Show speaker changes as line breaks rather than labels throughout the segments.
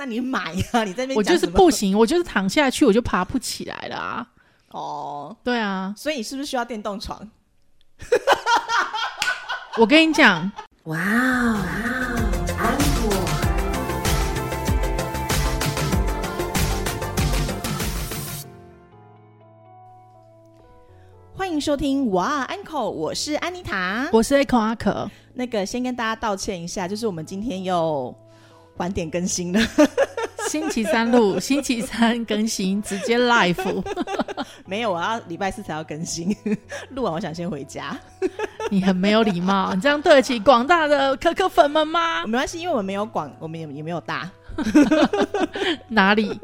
那你买呀、你在那边
我
讲
就是
什么
不行，我就是躺下去我就爬不起来了啊。
哦，
对啊，
所以你是不是需要电动床？
我跟
嗯
你讲，
哇哦，安果，
欢迎收听哇安 n 我是安妮塔。
我是 Echo 阿可，
那个先跟大家道歉一下，就是我们今天又晚点更新了，
星期三录，星期三更新，直接 live。
没有，我要礼拜四才要更新， 录完我想先回家。
你很没有礼貌，你这样对得起广大的可可粉们吗？
没关系，因为我们没有广，我们也也没有大，
哪里？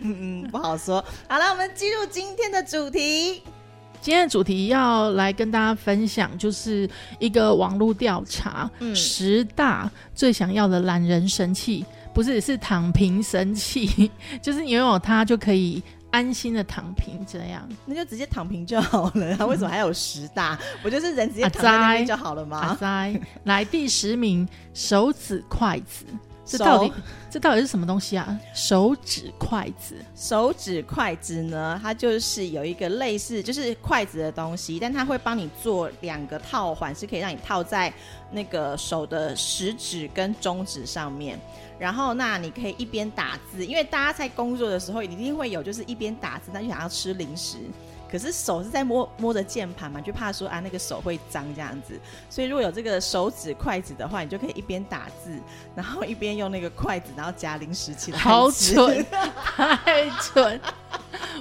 嗯嗯，不好说。好了，我们进入今天的主题。
今天的主题要来跟大家分享，就是一个网络调查，
嗯
十大最想要的懒人神器，不是是躺平神器， 就是你拥有它就可以安心的躺平，这样
那就直接躺平就好了啊！为什么还有十大？我就是人直接躺在那边就好了
阿
嘛。
哉。来第十名，手指筷子，这
手
到底这到底是什么东西啊？手指筷子，
手指筷子呢，它就是有一个类似就是筷子的东西，但它会帮你做两个套环，是可以让你套在那个手的食指跟中指上面。然后，那你可以一边打字，因为大家在工作的时候一定会有，就是一边打字，但就想要吃零食，可是手是在摸摸着键盘嘛，就怕说啊那个手会脏这样子。所以如果有这个手指筷子的话，你就可以一边打字，然后一边用那个筷子，然后夹零食起来吃。
好蠢，太蠢，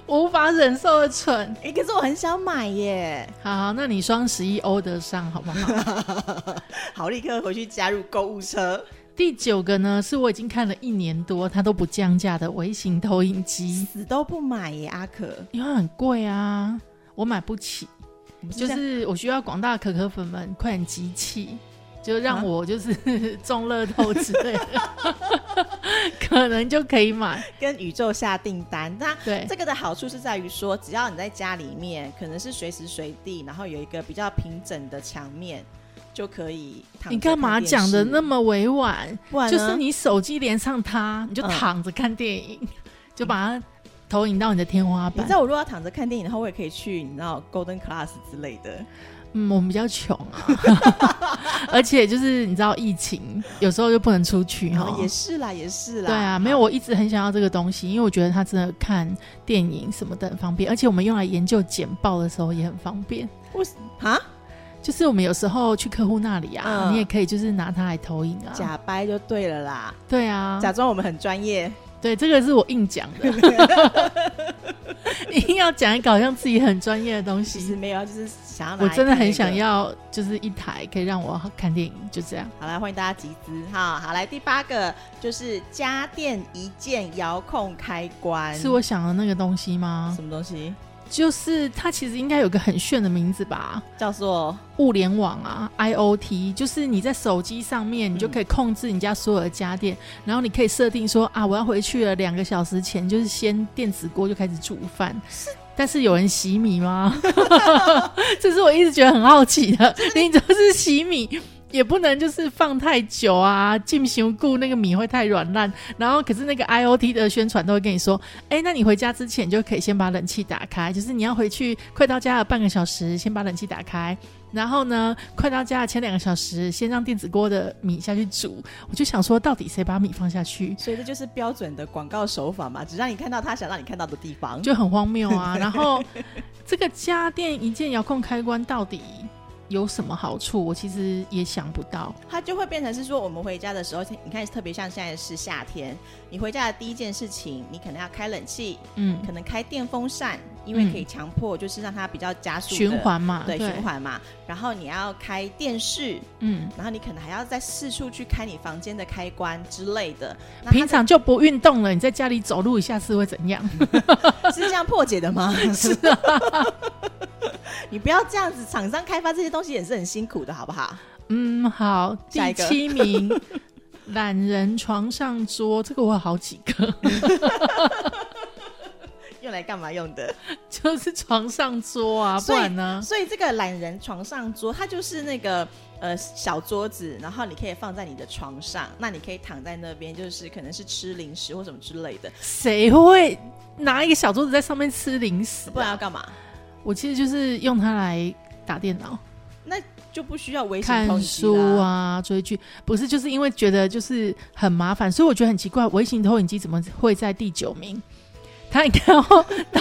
无法忍受的蠢。
哎、可是我很想买耶！
好好，那你双十一欧得上好不好？
好，立刻回去加入购物车。
第九个呢，是我已经看了一年多，它都不降价的微型投影机，
死都不买耶，阿可。
因为很贵啊，我买不起。
我们
就
这样
是我需要广大可可粉们快点集气，就
啊
让我就是 中乐透之类的， 可能就可以买。
跟宇宙下订单。那
对
这个的好处是在于说，只要你在家里面，可能是随时随地，然后有一个比较平整的墙面，就可以躺着看电视。
你干嘛讲的那么委婉？
不然呢
就是你手机连上它，你就
嗯
躺着看电影，就把它投影到你的天花
你
板
知。道我如果要躺着看电影的话，我也可以去你知道 Golden Class 之类的。
嗯，我们比较穷啊， 而且就是你知道疫情，有时候又不能出去
然
哈
后。哦也是啦，也是啦。
对啊，没有，我一直很想要这个东西，因为我觉得它真的看电影什么的很方便，而且我们用来研究简报的时候也很方便。
啊，
就是我们有时候去客户那里啊，
嗯
你也可以就是拿它来投影啊。
假掰就对了啦，
对啊，
假装我们很专业。
对，这个是我硬讲 的，硬要讲一个好像自己很专业的东
其实
西。
没有啊，就是想要拿
我
来
真的
看
很
那
想
个
要，就是一台可以让我看电影，就这样。
好来，欢迎大家集资哈！好来，第八个就是家电一键遥控开关，
是我想的那个东西吗
什？么东西？
就是它其实应该有个很炫的名字吧，
叫做
物联网啊，IOT，就是你在手机上面，你就可以控制你家所有的家电，然后你可以设定说啊，我要回去了，两个小时前就是先电子锅就开始煮饭。但是有人洗米 吗？这是我一直觉得很好奇的。你就是洗米，也不能就是放太久啊，进行固那个米会太软烂。然后可是那个 IOT 的宣传都会跟你说，哎，那你回家之前就可以先把冷气打开，就是你要回去快到家的半个小时，先把冷气打开。然后呢，快到家的前两个小时，先让电子锅的米下去煮。我就想说，到底谁把米放下去，
所以这就是标准的广告手法嘛，只让你看到他想让你看到的地方。
就很荒谬 啊。然后这个家电一键遥控开关到底有什么好处？我其实也想不到。
它就会变成是说，我们回家的时候，你看，特别像现在是夏天，你回家的第一件事情，你可能要开冷气，
嗯，
可能开电风扇，因为可以强迫就是让它比较加速的
循，环嘛，
对循。环嘛。然后你要开电视，
嗯，
然后你可能还要再四处去开你房间的开关之类的。那它
平常就不运动了，你在家里走路一下是会怎 样？
的是这样破解的吗？
是啊，
你不要这样子，厂商开发这些东西也是很辛苦的，好不好？
嗯，好，
下
第
一个
七名。懒人床上桌，这个我有好几个，
又来干嘛用的？
就是床上桌啊，不
所以
然呢？
所以这个懒人床上桌，它就是那个呃小桌子，然后你可以放在你的床上，那你可以躺在那边，就是可能是吃零食或什么之类的，
谁会拿一个小桌子在上面吃零食、
不然要，干嘛？
我其实就是用它来打电脑、
那就不需要微型投
看
影机
书
啦。
啊、追剧。不是，就是因为觉得就是很麻烦，所以我觉得很奇怪，微型投影机怎么会在第九名？它应该要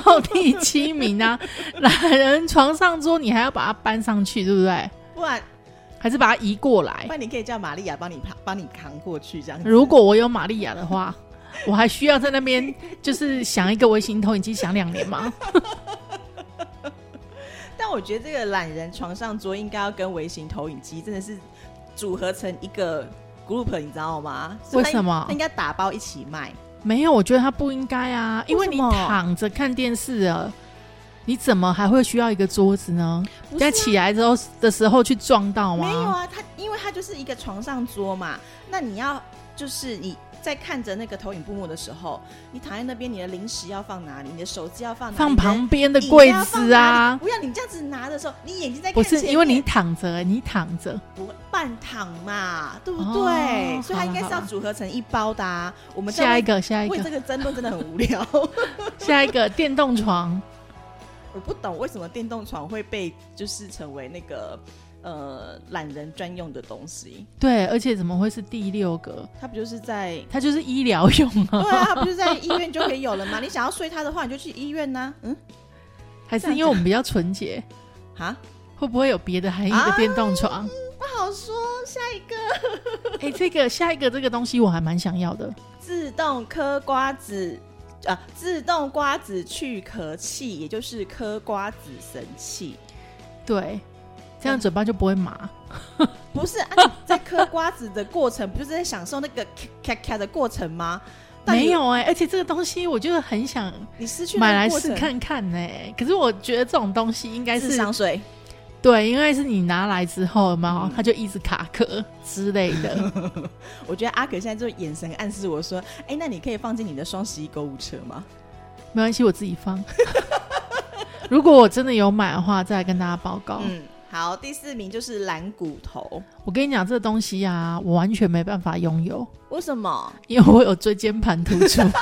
到第七名啊！懒人床上桌，你还要把它搬上去，对不对？
不然
还是把它移过来
不？然你可以叫玛利亚帮你扛帮你扛过去这样子。
哎如果我有玛利亚的话，我还需要在那边就是想一个微型投影机想两年吗？
但我觉得这个懒人床上桌应该要跟微型投影机真的是组合成一个 group，你知道吗？所以它
为什么
它应该打包一起卖。
没有，我觉得它不应该啊，因为
为
你
什么
躺着看电视啊，你怎么还会需要一个桌子呢？
不是啊
在起来之后的时候去撞到吗？
没有啊，它因为它就是一个床上桌嘛，那你要就是你在看着那个投影布幕的时候，你躺在那边，你的零食要放哪里？你的手机要放哪里？
放旁边的
你的饮料
柜
要放哪
子
里
啊。
不要你这样子拿的时候，你眼睛在
不
看前面，
是因为你躺着、你躺着，
不半躺嘛，对不
哦
对？所以它
好了
应该是
好
要
了
组合成一包的、啊。我们在
下
为
一个，下一
为这
个，
个争论真的很无聊。
下一个电动床，
我不懂为什么电动床会被就是成为那个呃懒人专用的东西，
对，而且怎么会是第六个？
它不就是在
它就是医疗用啊，
对啊，它不是在医院就可以有了吗？你想要睡它的话，你就去医院呐、嗯，
还是因为我们比较纯洁？
啊，
会不会有别的含义的电动 床？
不好说。下一个
哎、这个下一个这个东西我还蛮想要的，
自动嗑瓜子。啊，自动瓜子去壳器，也就是嗑瓜子神器，
对，这
嗯
样嘴巴就不会麻。
不是、啊、你在嗑瓜子的过程，不就是在享受那个咔咔咔的过程吗？但你
没，有哎、而且这个东西我就是很想
你失去那个
买来
过程
试，看看呢、可是我觉得这种东西应该
智
是
商嗯税。
对，应该是你拿来之后有没有，它就一直卡壳之类 的。
我觉得阿可现在就眼神暗示我说：“哎、那你可以放进你的双十一购物车吗
没关系，我自己放。 如果我真的有买的话，再来跟大家报？”告。
嗯，好，第四名就是蓝骨头，
我跟你讲，这个东西啊，我完全没办法拥有。
为什么？
因为我有椎间盘突出。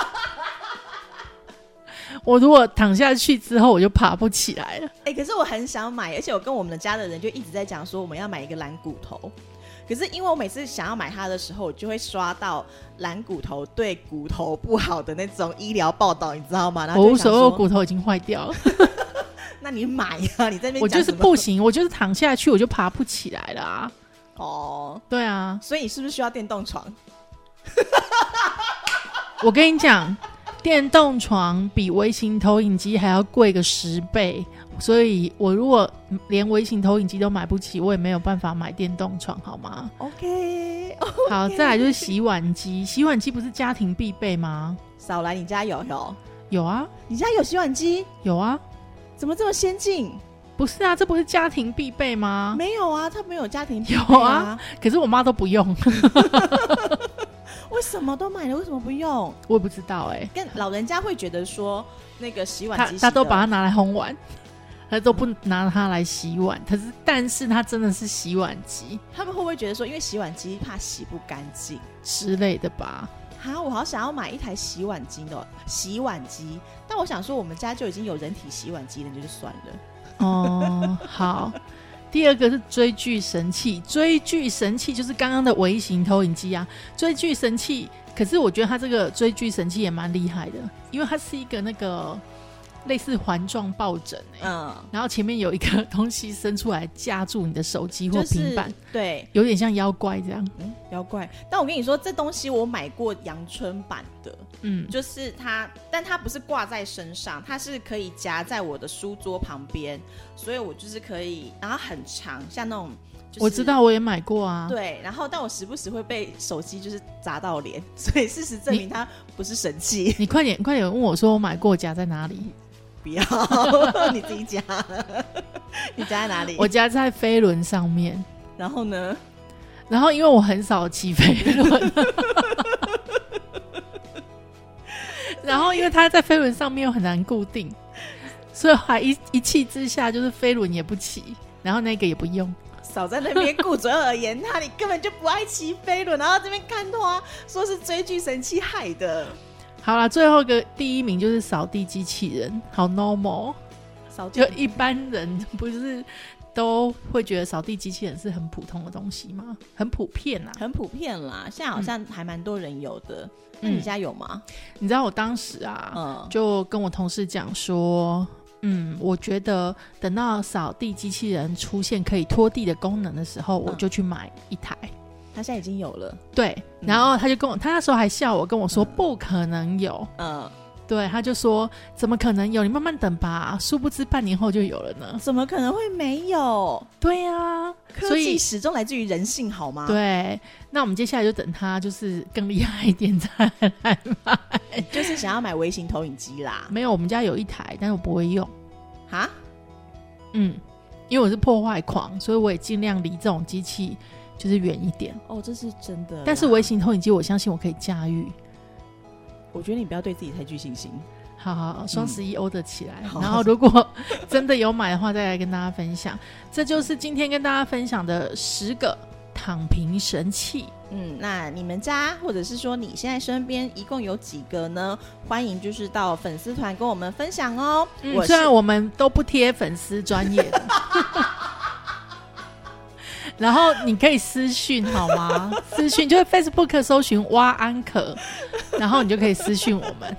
我如果躺下去之后，我就爬不起来了。
哎、可是我很想买，而且我跟我们的家的人就一直在讲说我们要买一个蓝骨头。可是因为我每次想要买它的时候，我就会刷到蓝骨头对骨头不好的那种医疗报道，你知道吗？然后
哦我
就
无
想
所谓，我
说
骨头已经坏掉了，
那你买呀、你在那边
我就
讲
是
什么
不行，我就是躺下去我就爬不起来了啊。
哦。
对啊，
所以你是不是需要电动床？
我跟你讲，电动床比微型投影机还要贵个十倍，所以我如果连微型投影机都买不起，我也没有办法买电动床，好吗？
OK，、哦、
好，再来就是洗碗机，洗碗机不是家庭必备吗？
少来你家有有，
有啊，
你家有洗碗机？
有啊，
怎么这么先进？
不是啊，这不是家庭必备吗？
没有啊，他没有家庭、
有啊，可是我妈都不用，
为什么都买了，为什么不用？
我也不知道哎、
跟老人家会觉得说，那个洗碗
她
机洗
她都
得
把它拿来烘碗，她都不拿它来洗碗。可是，但是它真的是洗碗机
他们会不会觉得说，因为洗碗机怕洗不干净？
之类的吧？
哈，我好想要买一台洗碗机的洗碗机，但我想说，我们家就已经有人体洗碗机了，那就算了。
哦，好。第二个是追剧神器，追剧神器就是刚刚的微型投影机啊。追剧神器，可是我觉得它这个追剧神器也蛮厉害的，因为它是一个那个类似环状抱枕、欸，
嗯，
然后前面有一个 东西伸出来夹住你的手机或
就是
平板，
对，
有点像妖怪这样。
嗯，妖怪。但我跟你说，这东西我买过阳春版的，
嗯，
就是它，但它不是挂在身上，它是可以夹在我的书桌旁边，所以我就是可以，然后很长，像那种、就是，
我知。道，我也买过啊。，
对，然后但我时不时会被手机就是砸到脸， 所以事实证明它不是神器。
你快点快点问我说我买过夹在哪里？
不要， 你自己夹，你夹在哪里？
我夹在飞轮上面。
然后呢？
然后因为我很少骑飞轮， 然后因为它在飞轮上面又很难固定，所以还一一气之下就是飞轮也不骑，然后那个也不用。
少在那边顾左右而言他，你根本就不爱骑飞轮，然后这边看他说是追剧神器害的。
好啦，最后一个第一名就是扫地机器人，好 normal，
少
就一般人不是都会觉得扫地机器人是很普通的东西吗？很普遍啊。
很普遍啦，现在好像还蛮多人有的。那
嗯
你家有吗？
你知道我当时啊，
嗯，
就跟我同事讲说，嗯，我觉得等到扫地机器人出现可以拖地的功能的时
嗯
候，我就去买一台。
他现在已经有了。
对，
嗯
然后他就跟我，他那时候还笑我，跟我说
嗯
不可能有。
嗯，
对，他就说怎么可能有？你慢慢等吧。殊不知半年后就有了呢。
怎么可能会没有？
对呀、
啊科
所
技
以
始终来自于人性，好吗？，
对，那我们接下来就等他就是更厉害一点再 来买。
就是想要买微型投影机啦。
没有，我们家有一台，但是我不会用。
哈，
嗯，因为我是破坏狂，所以我也尽量离这种机器就是远一点。
哦，这是真的啦。
但是微型投影机，我相信我可以驾驭。
我觉得你不要对自己太具信心。
好好，好双十一欧得起来。
好
然后，如果真的有买的话，再来跟大家分享。这就是今天跟大家分享的十个躺平神器。
嗯，那你们家或者是说你现在身边一共有几个呢？欢迎就是到粉丝团跟我们分享哦。
嗯，
我
虽
是
然我们都不贴粉丝专业的，然后你可以私讯好吗？私讯就是 Facebook 搜寻挖安可，然后你就可以私讯我们。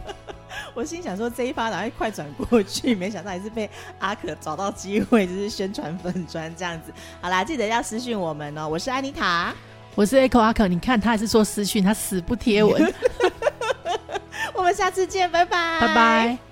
我心想说这一发赶快快转过去，没想到还是被阿可找到机会，就是宣传粉砖这样子。好啦，记得要私讯我们哦。我是安妮塔，
我是 Echo 阿可，你看他还是说私讯，他死不贴文，
我们下次见，拜拜，
拜拜。